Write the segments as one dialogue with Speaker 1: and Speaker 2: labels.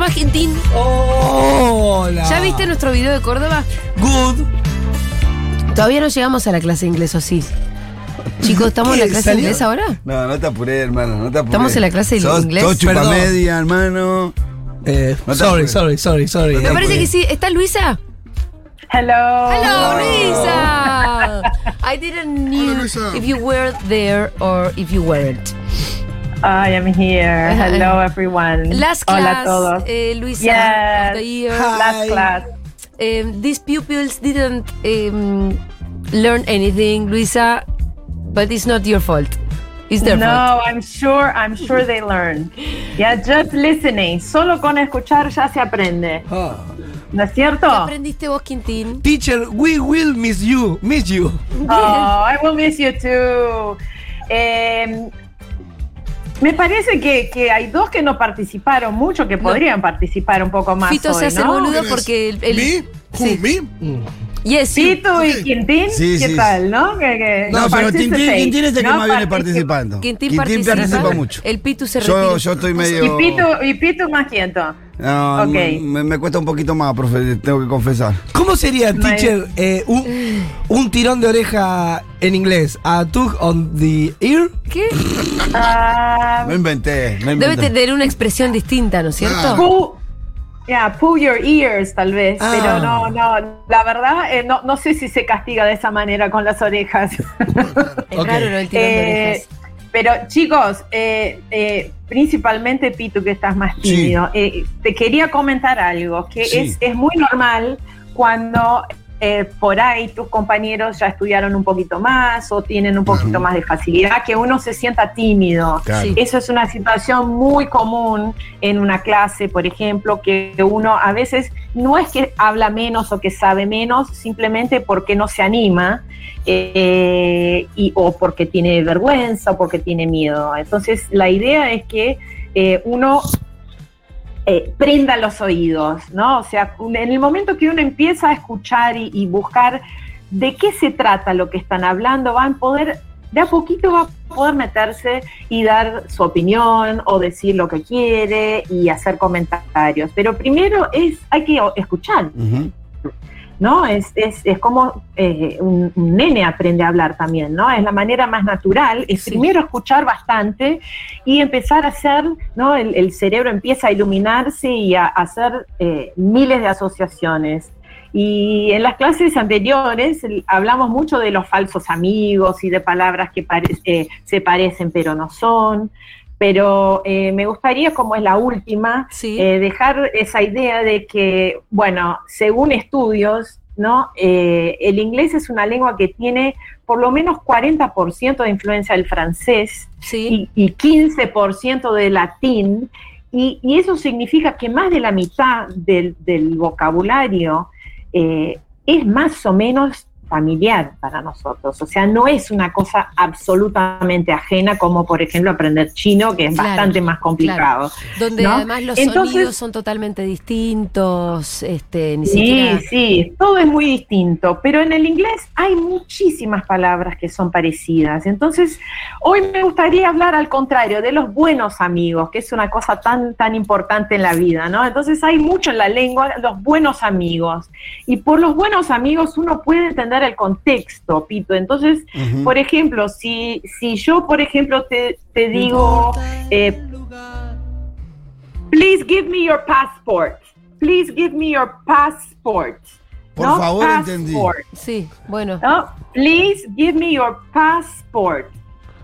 Speaker 1: Argentina.
Speaker 2: Hola.
Speaker 1: ¿Ya viste nuestro video de Córdoba?
Speaker 2: Good.
Speaker 1: Todavía no llegamos a la clase de inglés, ¿o sí? Chicos, ¿estamos en la
Speaker 2: ¿Qué?
Speaker 1: clase de
Speaker 2: ¿Salió?
Speaker 1: inglés ahora?
Speaker 3: No, no te apuré, hermano, no te apuré.
Speaker 1: Estamos en la clase de
Speaker 3: Sos-
Speaker 1: inglés.
Speaker 3: Sos
Speaker 2: Perdón.
Speaker 3: chupamedia, hermano.
Speaker 2: Eh,
Speaker 3: No te
Speaker 2: sorry,
Speaker 3: apures.
Speaker 2: sorry, sorry, sorry.
Speaker 3: No te
Speaker 1: Me
Speaker 2: Eh,
Speaker 1: parece
Speaker 3: apures.
Speaker 1: que sí. ¿Está Luisa?
Speaker 4: Hello.
Speaker 1: Hello,
Speaker 3: Oh.
Speaker 1: Luisa. I didn't
Speaker 5: Hola,
Speaker 1: knew
Speaker 5: Luisa.
Speaker 1: if you were there or if you weren't.
Speaker 4: I am here. Hello, everyone.
Speaker 1: Eh, Last
Speaker 4: Hola a
Speaker 1: class,
Speaker 4: todos.
Speaker 1: eh, Luisa,
Speaker 4: Yes.
Speaker 1: of the year.
Speaker 2: Ha.
Speaker 4: Last
Speaker 2: Hi.
Speaker 4: class.
Speaker 1: Um, these pupils didn't um, learn anything, Luisa, but it's not your fault. It's their fault.
Speaker 4: No, I'm sure, I'm sure they learn. Yeah, just listening. Solo con escuchar ya se aprende.
Speaker 2: ah.
Speaker 4: ¿No es
Speaker 1: ¿Qué
Speaker 4: cierto?
Speaker 1: aprendiste vos, Quintín?
Speaker 2: Teacher, we will miss you. Miss you.
Speaker 4: Oh, I will miss you too. Eh, me parece que, que hay dos que no participaron mucho, que podrían participar un poco más.
Speaker 1: Fito se
Speaker 4: hoy,
Speaker 1: hace
Speaker 4: ¿no?
Speaker 1: el boludo.
Speaker 5: ¿Quién es?
Speaker 1: porque el- el-
Speaker 5: ¿Me? ¿Who,
Speaker 1: sí.
Speaker 5: me?
Speaker 1: Yes, you.
Speaker 4: Fito y
Speaker 5: Ok.
Speaker 4: Quintín,
Speaker 3: Sí,
Speaker 4: ¿qué
Speaker 3: sí.
Speaker 4: tal, no? Que- que
Speaker 3: No, pero
Speaker 4: participate.
Speaker 3: Quintín, Quintín es el que
Speaker 4: No
Speaker 3: más viene
Speaker 4: participa.
Speaker 3: participando.
Speaker 1: Quintín, participa.
Speaker 3: participa mucho.
Speaker 1: El Pitu se
Speaker 3: Yo,
Speaker 1: retira.
Speaker 3: yo estoy medio.
Speaker 4: Y Pito, y Pito más quieto.
Speaker 3: No,
Speaker 4: Ok.
Speaker 3: me, me cuesta un poquito más, profe, tengo que confesar.
Speaker 2: ¿Cómo sería,
Speaker 4: Mae-
Speaker 2: teacher, eh, un, un tirón de oreja en inglés? A tug on the ear.
Speaker 1: ¿Qué?
Speaker 4: Ah,
Speaker 3: No inventé, no
Speaker 1: Debe
Speaker 3: inventé.
Speaker 1: tener una expresión distinta, ¿no es cierto?
Speaker 4: pull, yeah, pull your ears, tal vez.
Speaker 2: Ah.
Speaker 4: Pero no, no. La verdad, eh, no, no sé si se castiga de esa manera con las orejas.
Speaker 1: Es
Speaker 2: Ok.
Speaker 1: raro lo del tirón de
Speaker 4: Eh,
Speaker 1: orejas.
Speaker 4: pero chicos, eh, eh, principalmente Pitu, que estás más
Speaker 3: Sí.
Speaker 4: tímido, eh, te quería comentar algo, que
Speaker 3: Sí.
Speaker 4: es, es muy normal cuando eh, por ahí tus compañeros ya estudiaron un poquito más o tienen un poquito más de facilidad, que uno se sienta tímido.
Speaker 3: Claro.
Speaker 1: Sí.
Speaker 4: Eso es una situación muy común en una clase, por ejemplo, que uno a veces no es que habla menos o que sabe menos, simplemente porque no se anima eh, y, o porque tiene vergüenza o porque tiene miedo. Entonces, la idea es que eh, uno eh, prenda los oídos, ¿no? O sea, un- en el momento que uno empieza a escuchar y, y buscar de qué se trata lo que están hablando, van a poder, de a poquito va a poder meterse y dar su opinión o decir lo que quiere y hacer comentarios. Pero primero es, hay que o- escuchar,
Speaker 3: Ujú.
Speaker 4: ¿no? Es, es, es como eh, un, un nene aprende a hablar también, ¿no? Es la manera más natural, es
Speaker 1: Sí.
Speaker 4: primero escuchar bastante y empezar a hacer, ¿no? El, el cerebro empieza a iluminarse y a, hacer eh, miles de asociaciones. Y en las clases anteriores el- hablamos mucho de los falsos amigos y de palabras que pare- eh, se parecen pero no son. Pero eh, me gustaría, como es la última,
Speaker 1: Sí.
Speaker 4: eh, dejar esa idea de que, bueno, según estudios, ¿no? Eh, el inglés es una lengua que tiene por lo menos 40% de influencia del francés
Speaker 1: Sí.
Speaker 4: y, y 15% de latín, y, y eso significa que más de la mitad del, del vocabulario eh, es más o menos familiar para nosotros, o sea, no es una cosa absolutamente ajena como por ejemplo aprender chino, que es
Speaker 1: Claro,
Speaker 4: bastante más complicado.
Speaker 1: Donde
Speaker 4: ¿no?
Speaker 1: además los
Speaker 4: Entonces-
Speaker 1: sonidos son totalmente distintos, este, ni
Speaker 4: Sí,
Speaker 1: siquiera...
Speaker 4: sí, todo es muy distinto, pero en el inglés hay muchísimas palabras que son parecidas. Entonces, hoy me gustaría hablar al contrario de los buenos amigos, que es una cosa tan tan importante en la vida, ¿no? Entonces, hay mucho en la lengua los buenos amigos. Y por los buenos amigos uno puede entender el contexto, Pito. Entonces,
Speaker 3: Ujú.
Speaker 4: por ejemplo, si si yo, por ejemplo, te, te digo eh, Please give me your passport. Please give me your passport.
Speaker 3: Por
Speaker 4: ¿No?
Speaker 3: favor,
Speaker 4: Passport,
Speaker 3: entendí.
Speaker 1: Sí, bueno.
Speaker 4: ¿no? Please give me your passport.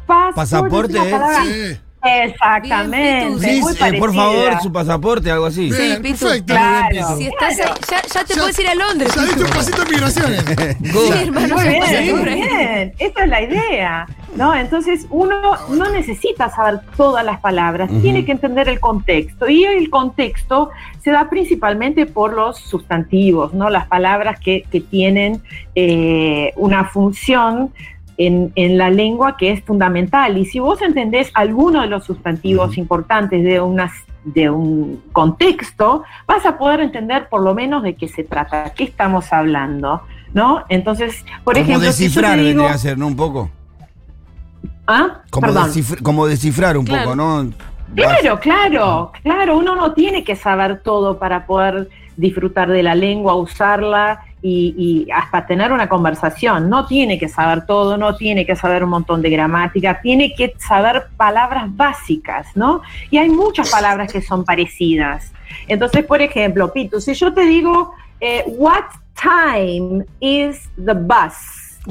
Speaker 4: Passport
Speaker 3: Pasaporte,
Speaker 4: es una
Speaker 3: ¿eh?
Speaker 4: palabra-
Speaker 5: Sí.
Speaker 4: Exactamente.
Speaker 1: Bien,
Speaker 4: muy
Speaker 3: Please, eh, por
Speaker 4: parecida.
Speaker 3: favor, su pasaporte, algo así.
Speaker 1: Sí.
Speaker 5: Bien,
Speaker 1: Pitu.
Speaker 5: perfecto.
Speaker 4: Claro.
Speaker 5: Muy bien, Pitu.
Speaker 1: Si estás ahí, ya, ya te
Speaker 5: Ya-
Speaker 1: puedes ir a Londres.
Speaker 5: Ya diste un pasito en migraciones.
Speaker 1: Sí, hermano,
Speaker 4: Muy
Speaker 1: ya
Speaker 4: bien,
Speaker 1: pasas por
Speaker 4: muy
Speaker 1: ahí.
Speaker 4: bien. Esa es la idea. ¿no? Entonces, uno no necesita saber todas las palabras, tiene que entender el contexto. Y el contexto se da principalmente por los sustantivos, ¿no? las palabras que, que tienen eh, una función. En, en la lengua que es fundamental. Y si vos entendés alguno de los sustantivos importantes de, unas, de un contexto, vas a poder entender por lo menos de qué se trata, qué estamos hablando, ¿no? Entonces, por
Speaker 3: Como
Speaker 4: ejemplo, si yo te
Speaker 3: descifrar
Speaker 4: digo-
Speaker 3: vendría a ser, ¿no? Un poco.
Speaker 4: ¿Ah?
Speaker 3: Como,
Speaker 4: Perdón.
Speaker 3: descifr- como descifrar un
Speaker 1: Claro.
Speaker 3: poco, ¿no?
Speaker 4: Claro, claro, claro, uno no tiene que saber todo para poder disfrutar de la lengua, usarla y, y hasta tener una conversación. No tiene que saber todo, no tiene que saber un montón de gramática, tiene que saber palabras básicas, ¿no? Y hay muchas palabras que son parecidas. Entonces, por ejemplo, Pitu, si yo te digo, eh, what time is the bus?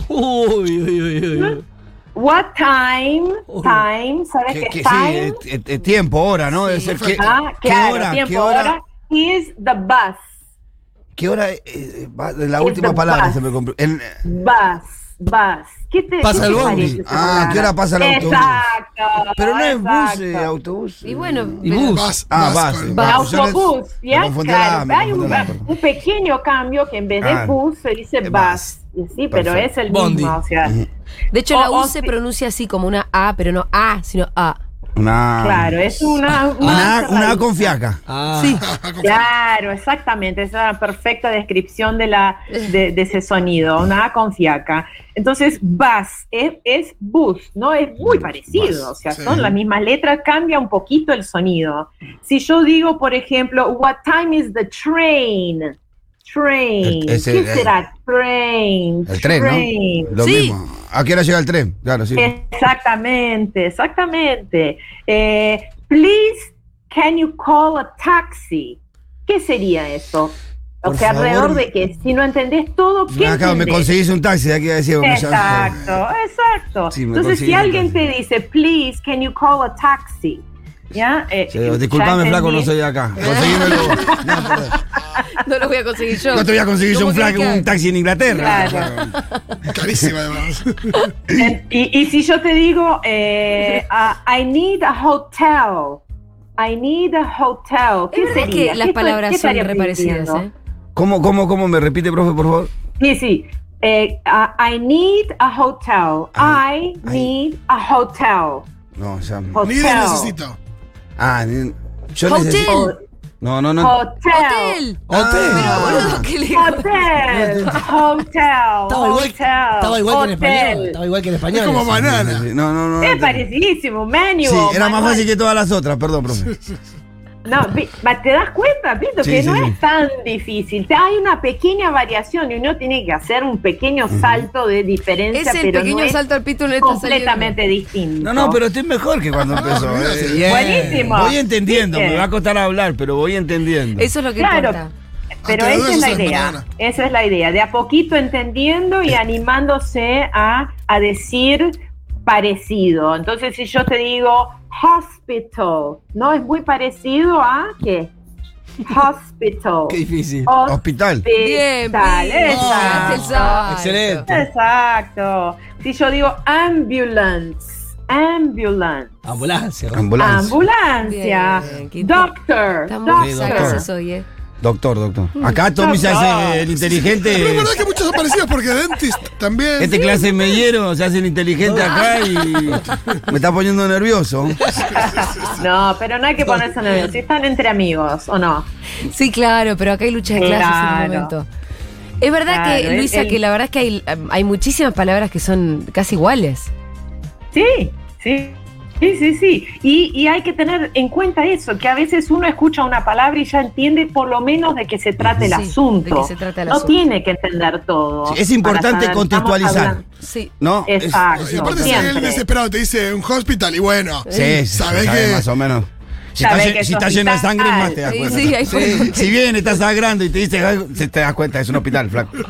Speaker 2: Uy, uy, uy, uy, uy.
Speaker 4: What time, time, ¿sabes
Speaker 3: Que-
Speaker 4: qué
Speaker 3: que
Speaker 4: es
Speaker 3: sí,
Speaker 4: time?
Speaker 3: eh, eh, eh, tiempo, hora, ¿no? Debe ser que,
Speaker 4: Ah,
Speaker 3: Eh, ¿qué
Speaker 4: claro,
Speaker 3: hora,
Speaker 4: tiempo,
Speaker 3: qué hora,
Speaker 4: ahora is the bus,
Speaker 3: qué hora, eh, eh, va- la
Speaker 4: Es
Speaker 3: última
Speaker 4: the
Speaker 3: palabra
Speaker 4: bus.
Speaker 3: se me compl- el-
Speaker 4: bus, bus. ¿Qué te,
Speaker 2: Pasa
Speaker 4: qué
Speaker 2: el
Speaker 4: te
Speaker 2: bondi.
Speaker 4: parece esa
Speaker 3: Ah,
Speaker 4: palabra?
Speaker 3: ¿qué hora pasa el autobús?
Speaker 4: Exacto.
Speaker 3: Pero no es bus,
Speaker 4: Ah, exacto.
Speaker 3: eh, autobús.
Speaker 1: Y
Speaker 3: eh,
Speaker 1: bueno,
Speaker 2: Y
Speaker 1: pero-
Speaker 2: bus.
Speaker 5: Vas,
Speaker 3: Ah,
Speaker 5: vas
Speaker 3: vas,
Speaker 5: con-
Speaker 3: vas.
Speaker 1: Bus.
Speaker 3: ya les-
Speaker 4: Autobús,
Speaker 3: me
Speaker 4: ¿ya?
Speaker 3: confundí
Speaker 4: Claro,
Speaker 3: la- me
Speaker 4: hay
Speaker 3: confundí
Speaker 4: un,
Speaker 3: la puerta.
Speaker 4: un pequeño cambio que en vez de
Speaker 3: Ah,
Speaker 4: bus se dice
Speaker 3: eh,
Speaker 4: bus. Y Sí, pero
Speaker 3: Perfecto. Mm.
Speaker 4: es el
Speaker 2: Bondi.
Speaker 4: mismo, o sea,
Speaker 1: De hecho, la
Speaker 4: O-
Speaker 1: U
Speaker 4: o
Speaker 1: se
Speaker 4: si-
Speaker 1: pronuncia así como una A, pero no A, sino A.
Speaker 3: Una,
Speaker 4: claro, es una...
Speaker 3: Ah. una, una
Speaker 4: cerradita.
Speaker 3: confiaca.
Speaker 2: Ah.
Speaker 1: Sí.
Speaker 4: Claro, exactamente, es una perfecta descripción de, la, de, de ese sonido, una A con fiaca. Entonces, bus es, es bus, ¿no? Es muy parecido,
Speaker 5: Bus,
Speaker 4: o sea,
Speaker 5: sí.
Speaker 4: son las mismas letras, cambia un poquito el sonido. Si yo digo, por ejemplo, what time is the train? Train.
Speaker 3: El- ese-
Speaker 4: ¿Qué
Speaker 3: el-
Speaker 4: será? Train.
Speaker 3: El tren, ¿no?
Speaker 4: train.
Speaker 3: Lo
Speaker 1: Sí.
Speaker 3: mismo. ¿A qué hora llega el tren? Claro, sí.
Speaker 4: Exactamente, exactamente. Eh, please, can you call a taxi? ¿Qué sería eso? O
Speaker 3: Por
Speaker 4: sea,
Speaker 3: favor,
Speaker 4: alrededor
Speaker 3: me-
Speaker 4: de que si no entendés todo, ¿qué
Speaker 3: Ah, claro, me
Speaker 4: entendés?
Speaker 3: conseguís un taxi de aquí a decir. bueno, ya-
Speaker 4: Exacto, exacto.
Speaker 3: Sí, me
Speaker 4: Entonces, si
Speaker 3: conseguís
Speaker 4: alguien
Speaker 3: un taxi.
Speaker 4: te dice, please, can you call a taxi? ¿Ya? Eh,
Speaker 3: Sí,
Speaker 4: ya
Speaker 3: disculpame, flaco, no
Speaker 4: entendí.
Speaker 3: soy de acá. Conseguímelo. No, perdón.
Speaker 1: No lo voy a conseguir yo.
Speaker 3: No te voy a conseguir yo
Speaker 1: ¿Cómo
Speaker 3: un,
Speaker 1: tiene
Speaker 3: flaco,
Speaker 1: que-
Speaker 3: un taxi en Inglaterra.
Speaker 4: Claro.
Speaker 5: Carísima además.
Speaker 4: En- Y, y si yo te digo, eh, ah, I need a hotel. I need a hotel. ¿Qué
Speaker 1: Es verdad
Speaker 4: sería?
Speaker 1: que las
Speaker 4: ¿Qué
Speaker 1: palabras
Speaker 4: estoy- qué
Speaker 1: son
Speaker 4: estaría
Speaker 1: reparecidas,
Speaker 4: pidiendo?
Speaker 1: ¿eh?
Speaker 3: ¿Cómo, cómo, cómo? ¿Me repite, profe, por favor?
Speaker 4: Sí, sí. Eh, ah, I need a hotel. I,
Speaker 3: I-
Speaker 4: need a hotel.
Speaker 3: No, ya.
Speaker 5: Ni de necesito.
Speaker 3: Ah, ni- yo
Speaker 1: Hotel.
Speaker 3: necesito. No, no, no.
Speaker 4: Hotel.
Speaker 1: ¡Hotel! Pero
Speaker 3: Ah,
Speaker 1: boludo, qué lejos.
Speaker 4: Hotel. Hotel.
Speaker 2: Estaba igual, estaba igual
Speaker 4: hotel,
Speaker 2: que en español.
Speaker 4: hotel.
Speaker 2: Estaba igual que en español.
Speaker 5: Es como
Speaker 2: eso.
Speaker 5: banana.
Speaker 3: No, no, no.
Speaker 4: Es
Speaker 3: no.
Speaker 4: parecidísimo, menu.
Speaker 3: Sí, era más fácil que todas las otras, perdón, profe.
Speaker 4: No, vi- ma- te das cuenta, Pito,
Speaker 3: Sí,
Speaker 4: que
Speaker 3: sí,
Speaker 4: no
Speaker 3: sí.
Speaker 4: es tan difícil. Te- Hay una pequeña variación y uno tiene que hacer un pequeño salto de diferencia.
Speaker 1: Es el
Speaker 4: pero
Speaker 1: pequeño
Speaker 4: no es
Speaker 1: salto al pito no está
Speaker 4: completamente distinto.
Speaker 3: No, no, pero estoy mejor que cuando empezó. eh.
Speaker 5: mira,
Speaker 3: Bien.
Speaker 4: Buenísimo.
Speaker 3: Voy entendiendo,
Speaker 4: Bien.
Speaker 3: me va a costar hablar, pero voy entendiendo.
Speaker 1: saliendo. Eso es lo que
Speaker 4: Claro.
Speaker 1: importa.
Speaker 4: Pero esa
Speaker 5: Hasta luego,
Speaker 4: es la
Speaker 5: Susana
Speaker 4: idea,
Speaker 5: Banana.
Speaker 4: esa es la idea, de a poquito entendiendo y animándose a, a decir parecido. Entonces, si yo te digo hospital, ¿no? Es muy parecido a qué? Hospital.
Speaker 2: Qué difícil.
Speaker 1: Oh.
Speaker 3: Hospital.
Speaker 1: Bien,
Speaker 4: Hospital,
Speaker 1: bien.
Speaker 4: exacto.
Speaker 2: Ah.
Speaker 1: Haz el salto.
Speaker 2: Excelente.
Speaker 4: Exacto. Si yo digo ambulance, ambulance,
Speaker 2: Ambulancia.
Speaker 3: Ambulancia.
Speaker 4: ambulancia,
Speaker 1: Bien, qué-
Speaker 4: doctor,
Speaker 1: Estamos
Speaker 3: Sí,
Speaker 4: doctor.
Speaker 1: sagaces hoy, ¿eh?
Speaker 3: Doctor, doctor. Acá Tommy se
Speaker 4: Mm, Doctor.
Speaker 3: hace el
Speaker 5: Pero es
Speaker 3: inteligente.
Speaker 5: verdad que muchos son parecidos porque Dentist también.
Speaker 3: Este clase mellero se hace el inteligente acá y me está poniendo nervioso.
Speaker 4: No, pero no hay que ponerse nervioso. Si están entre amigos o no.
Speaker 1: Sí, claro, pero acá hay lucha de clases en
Speaker 4: Claro.
Speaker 1: el momento. Es verdad
Speaker 4: Claro,
Speaker 1: que,
Speaker 4: el-
Speaker 1: Luisa,
Speaker 4: el-
Speaker 1: que la verdad es que hay, hay muchísimas palabras que son casi iguales.
Speaker 4: Sí, sí. Sí, sí, sí. Y, y hay que tener en cuenta eso, que a veces uno escucha una palabra y ya entiende por lo menos de qué se trata el
Speaker 1: Sí,
Speaker 4: asunto.
Speaker 1: de qué se trata el
Speaker 4: no
Speaker 1: asunto.
Speaker 4: tiene que entender todo.
Speaker 3: Sí, es
Speaker 4: para
Speaker 3: importante
Speaker 4: saber,
Speaker 3: contextualizar.
Speaker 4: estamos hablando-
Speaker 1: Sí.
Speaker 3: ¿No? Es-
Speaker 4: Exacto.
Speaker 5: Y aparte, si
Speaker 4: siempre.
Speaker 5: el desesperado te dice un hospital y bueno.
Speaker 3: Sí, sí,
Speaker 5: Sabés
Speaker 3: sabe
Speaker 5: que-
Speaker 3: más o menos. Si
Speaker 4: Sabés
Speaker 3: está, lle-
Speaker 4: que
Speaker 3: si
Speaker 4: es
Speaker 3: está lleno de
Speaker 4: hospital.
Speaker 3: sangre, más te das
Speaker 1: Sí,
Speaker 3: cuenta.
Speaker 1: sí, ahí fue.
Speaker 3: Si bien estás sangrando y te dice algo, se- te das cuenta, es un hospital, flaco.
Speaker 1: Es lo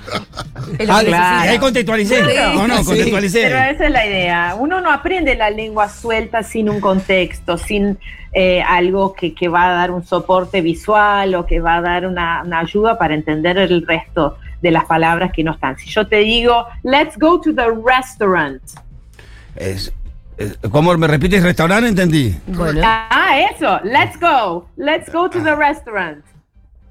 Speaker 1: que
Speaker 4: claro.
Speaker 1: necesita.
Speaker 3: Y ahí contextualicé.
Speaker 1: Ah, Sí.
Speaker 3: No, no,
Speaker 2: Sí.
Speaker 3: contextualicé.
Speaker 4: Pero esa es la idea. Uno no aprende la lengua suelta sin un contexto, sin eh, algo que, que va a dar un soporte visual o que va a dar una, una ayuda para entender el resto de las palabras que no están. Si yo te digo, let's go to the restaurant.
Speaker 3: Es- es- ¿Cómo me repites restaurante? Entendí.
Speaker 1: Bueno,
Speaker 4: Ah, eso, let's go, let's go to the restaurant.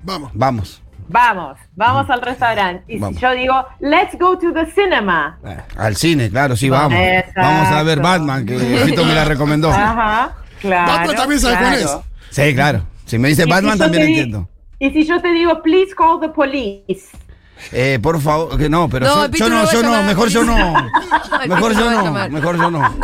Speaker 5: Vamos.
Speaker 3: Vamos.
Speaker 4: Vamos, vamos al restaurante. Y
Speaker 3: Vamos.
Speaker 4: si yo digo, let's go to the cinema.
Speaker 3: Eh, Al cine, claro, sí, vamos.
Speaker 4: Exacto.
Speaker 3: Vamos a ver Batman, que Fito me la recomendó.
Speaker 4: Ajá, claro.
Speaker 5: Batman también sabe cuál es.
Speaker 4: claro.
Speaker 3: Sí, claro. Si me dice
Speaker 4: Y si
Speaker 3: Batman,
Speaker 4: yo
Speaker 3: también
Speaker 4: te di-
Speaker 3: entiendo.
Speaker 4: Y si yo te digo, please call the police.
Speaker 3: Eh, por favor, que no, pero
Speaker 1: No,
Speaker 3: yo-
Speaker 1: el Pitu
Speaker 3: yo,
Speaker 1: lo
Speaker 3: no,
Speaker 1: va a
Speaker 3: yo no,
Speaker 1: llamar,
Speaker 3: mejor yo no.
Speaker 1: El
Speaker 3: Mejor
Speaker 1: Pitu lo
Speaker 3: yo
Speaker 1: va a
Speaker 3: no,
Speaker 1: llamar.
Speaker 3: mejor yo no.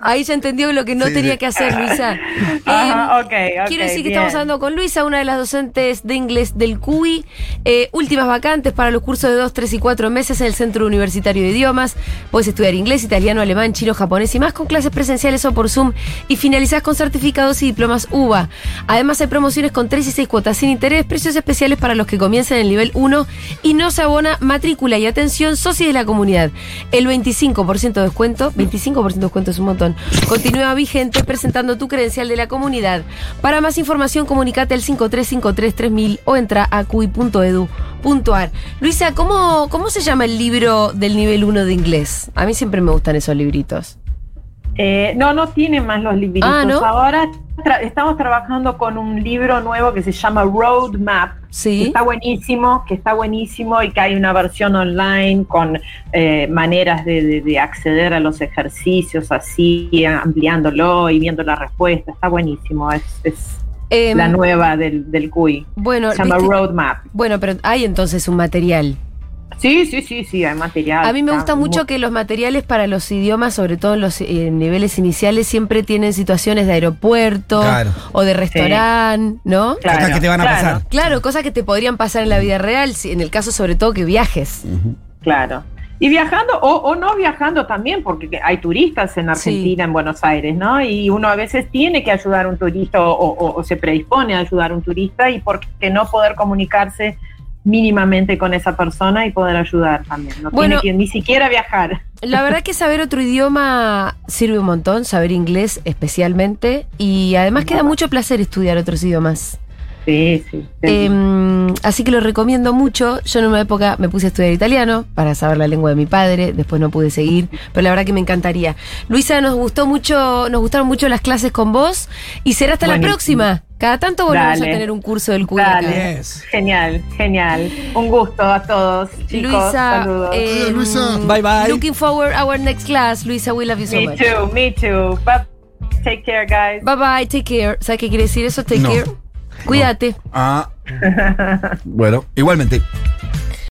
Speaker 1: Ahí ya entendió lo que no
Speaker 3: Sí,
Speaker 1: tenía
Speaker 3: sí.
Speaker 1: que hacer, Luisa. Eh,
Speaker 4: Ajá, ok, ok,
Speaker 1: quiero decir que
Speaker 4: bien.
Speaker 1: estamos hablando con Luisa, una de las docentes de inglés del CUI. Eh, últimas vacantes para los cursos de 2, 3 y 4 meses en el Centro Universitario de Idiomas. Puedes estudiar inglés, italiano, alemán, chino, japonés y más con clases presenciales o por Zoom. Y finalizás con certificados y diplomas UBA. Además, hay promociones con 3 y 6 cuotas sin interés, precios especiales para los que comiencen el nivel 1 y no se abona matrícula. Y atención, socios de la comunidad. El 25% de descuento, 25% de descuento es un montón. Continúa vigente presentando tu credencial de la comunidad. Para más información, comunicate al 53533000 o entra a cui.edu.ar. Luisa, ¿cómo, ¿cómo se llama el libro del nivel 1 de inglés? A mí siempre me gustan esos libritos.
Speaker 4: Eh, no, no tienen más los libritos.
Speaker 1: Ah, ¿no?
Speaker 4: Ahora tra- estamos trabajando con un libro nuevo que se llama Roadmap. que
Speaker 1: Sí.
Speaker 4: Está buenísimo, que está buenísimo y que hay una versión online con eh, maneras de, de- de acceder a los ejercicios así, eh, ampliándolo y viendo la respuesta. Está buenísimo, es, es
Speaker 1: Em,
Speaker 4: la nueva del, del CUI.
Speaker 1: bueno,
Speaker 4: Se llama
Speaker 1: viste-
Speaker 4: Roadmap.
Speaker 1: bueno, pero hay entonces un material.
Speaker 4: Sí, sí, sí, sí, hay material.
Speaker 1: A mí me
Speaker 4: está
Speaker 1: gusta mucho que los materiales para los idiomas, sobre todo en los eh, niveles iniciales, siempre tienen situaciones de aeropuerto
Speaker 3: Claro.
Speaker 1: o de restaurante, ¿no?
Speaker 4: Claro,
Speaker 3: Cosas que te van a
Speaker 4: claro,
Speaker 3: pasar.
Speaker 1: Claro, cosas que te podrían pasar en la vida real, si- en el caso sobre todo que viajes.
Speaker 4: Claro. Y viajando o, o no viajando también, porque hay turistas en Argentina, en Buenos Aires, ¿no? Y uno a veces tiene que ayudar a un turista o, o- o se predispone a ayudar a un turista y por qué no poder comunicarse mínimamente con esa persona y poder ayudar también. No
Speaker 1: Bueno.
Speaker 4: tiene que ni siquiera viajar.
Speaker 1: La verdad que saber otro idioma sirve un montón, saber inglés especialmente, y además que da mucho placer estudiar otros idiomas.
Speaker 4: Sí, sí. sí.
Speaker 1: Em, así que lo recomiendo mucho. Yo en una época me puse a estudiar italiano para saber la lengua de mi padre, después no pude seguir, pero la verdad que me encantaría. Luisa, nos gustó mucho, nos gustaron mucho las clases con vos y será hasta la
Speaker 4: Buenísimo.
Speaker 1: próxima. Cada tanto volvemos
Speaker 4: Dale.
Speaker 1: a tener un curso del CUI
Speaker 4: Dale.
Speaker 1: acá.
Speaker 2: Yes.
Speaker 4: Genial, genial. Un gusto a todos, chicos.
Speaker 1: Luisa,
Speaker 4: saludos.
Speaker 1: em,
Speaker 5: Adiós, Luisa.
Speaker 2: Bye, bye.
Speaker 1: Looking forward our next class, Luisa. We love you so
Speaker 4: me
Speaker 1: much.
Speaker 4: too, me too. Bye. Take care, guys.
Speaker 1: Bye bye, take care. ¿Sabes qué quiere decir eso? Take
Speaker 3: No.
Speaker 1: care. Cuídate.
Speaker 3: Ah. Bueno, igualmente.